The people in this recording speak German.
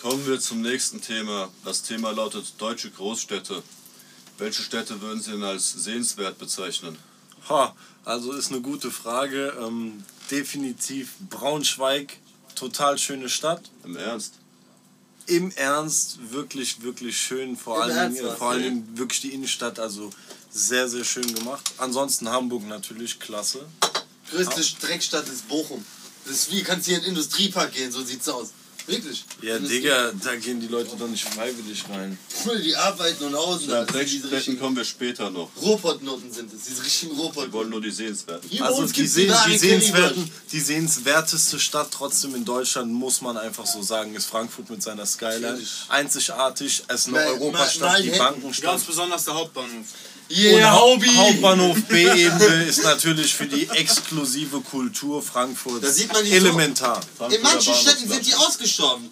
Kommen wir zum nächsten Thema. Das Thema lautet deutsche Großstädte. Welche Städte würden Sie denn als sehenswert bezeichnen? Ha, also ist eine gute Frage. Ähm, definitiv Braunschweig, total schöne Stadt. Im Ernst? Im Ernst, wirklich, wirklich schön. Vor Im allen Ernst, Dingen, äh, was? vor allen Dingen wirklich die Innenstadt, also sehr, sehr schön gemacht. Ansonsten Hamburg natürlich, klasse. Größte Dreckstadt ist Bochum. Das ist wie, kannst hier in den Industriepark gehen, so sieht's aus. Wirklich. Ja, Industrie- Digga, da gehen die Leute doch nicht freiwillig rein. Voll Die arbeiten und außen. Zu den das sind diese Dreckstädten richtigen kommen wir später noch. Ruhrpottnoten sind es, diese richtigen Wir wollen Ruhrpottnoten. nur die sehenswerten. Hier bei Also uns die, gibt's sehen, sogar die, eine sehenswerten, Currywurst. die sehenswerteste Stadt trotzdem in Deutschland, muss man einfach so sagen, ist Frankfurt mit seiner Skyline. Natürlich. Einzigartig, es ist eine Nein, Europastadt, nein, die nein, Bankenstadt. Ganz besonders der Hauptbahnhof. Und Yeah, Hau- Hobby! Hauptbahnhof B-Ebene ist natürlich für die exklusive Kultur Frankfurts Da sieht man die elementar. In manchen Städten sind die ausgestorben.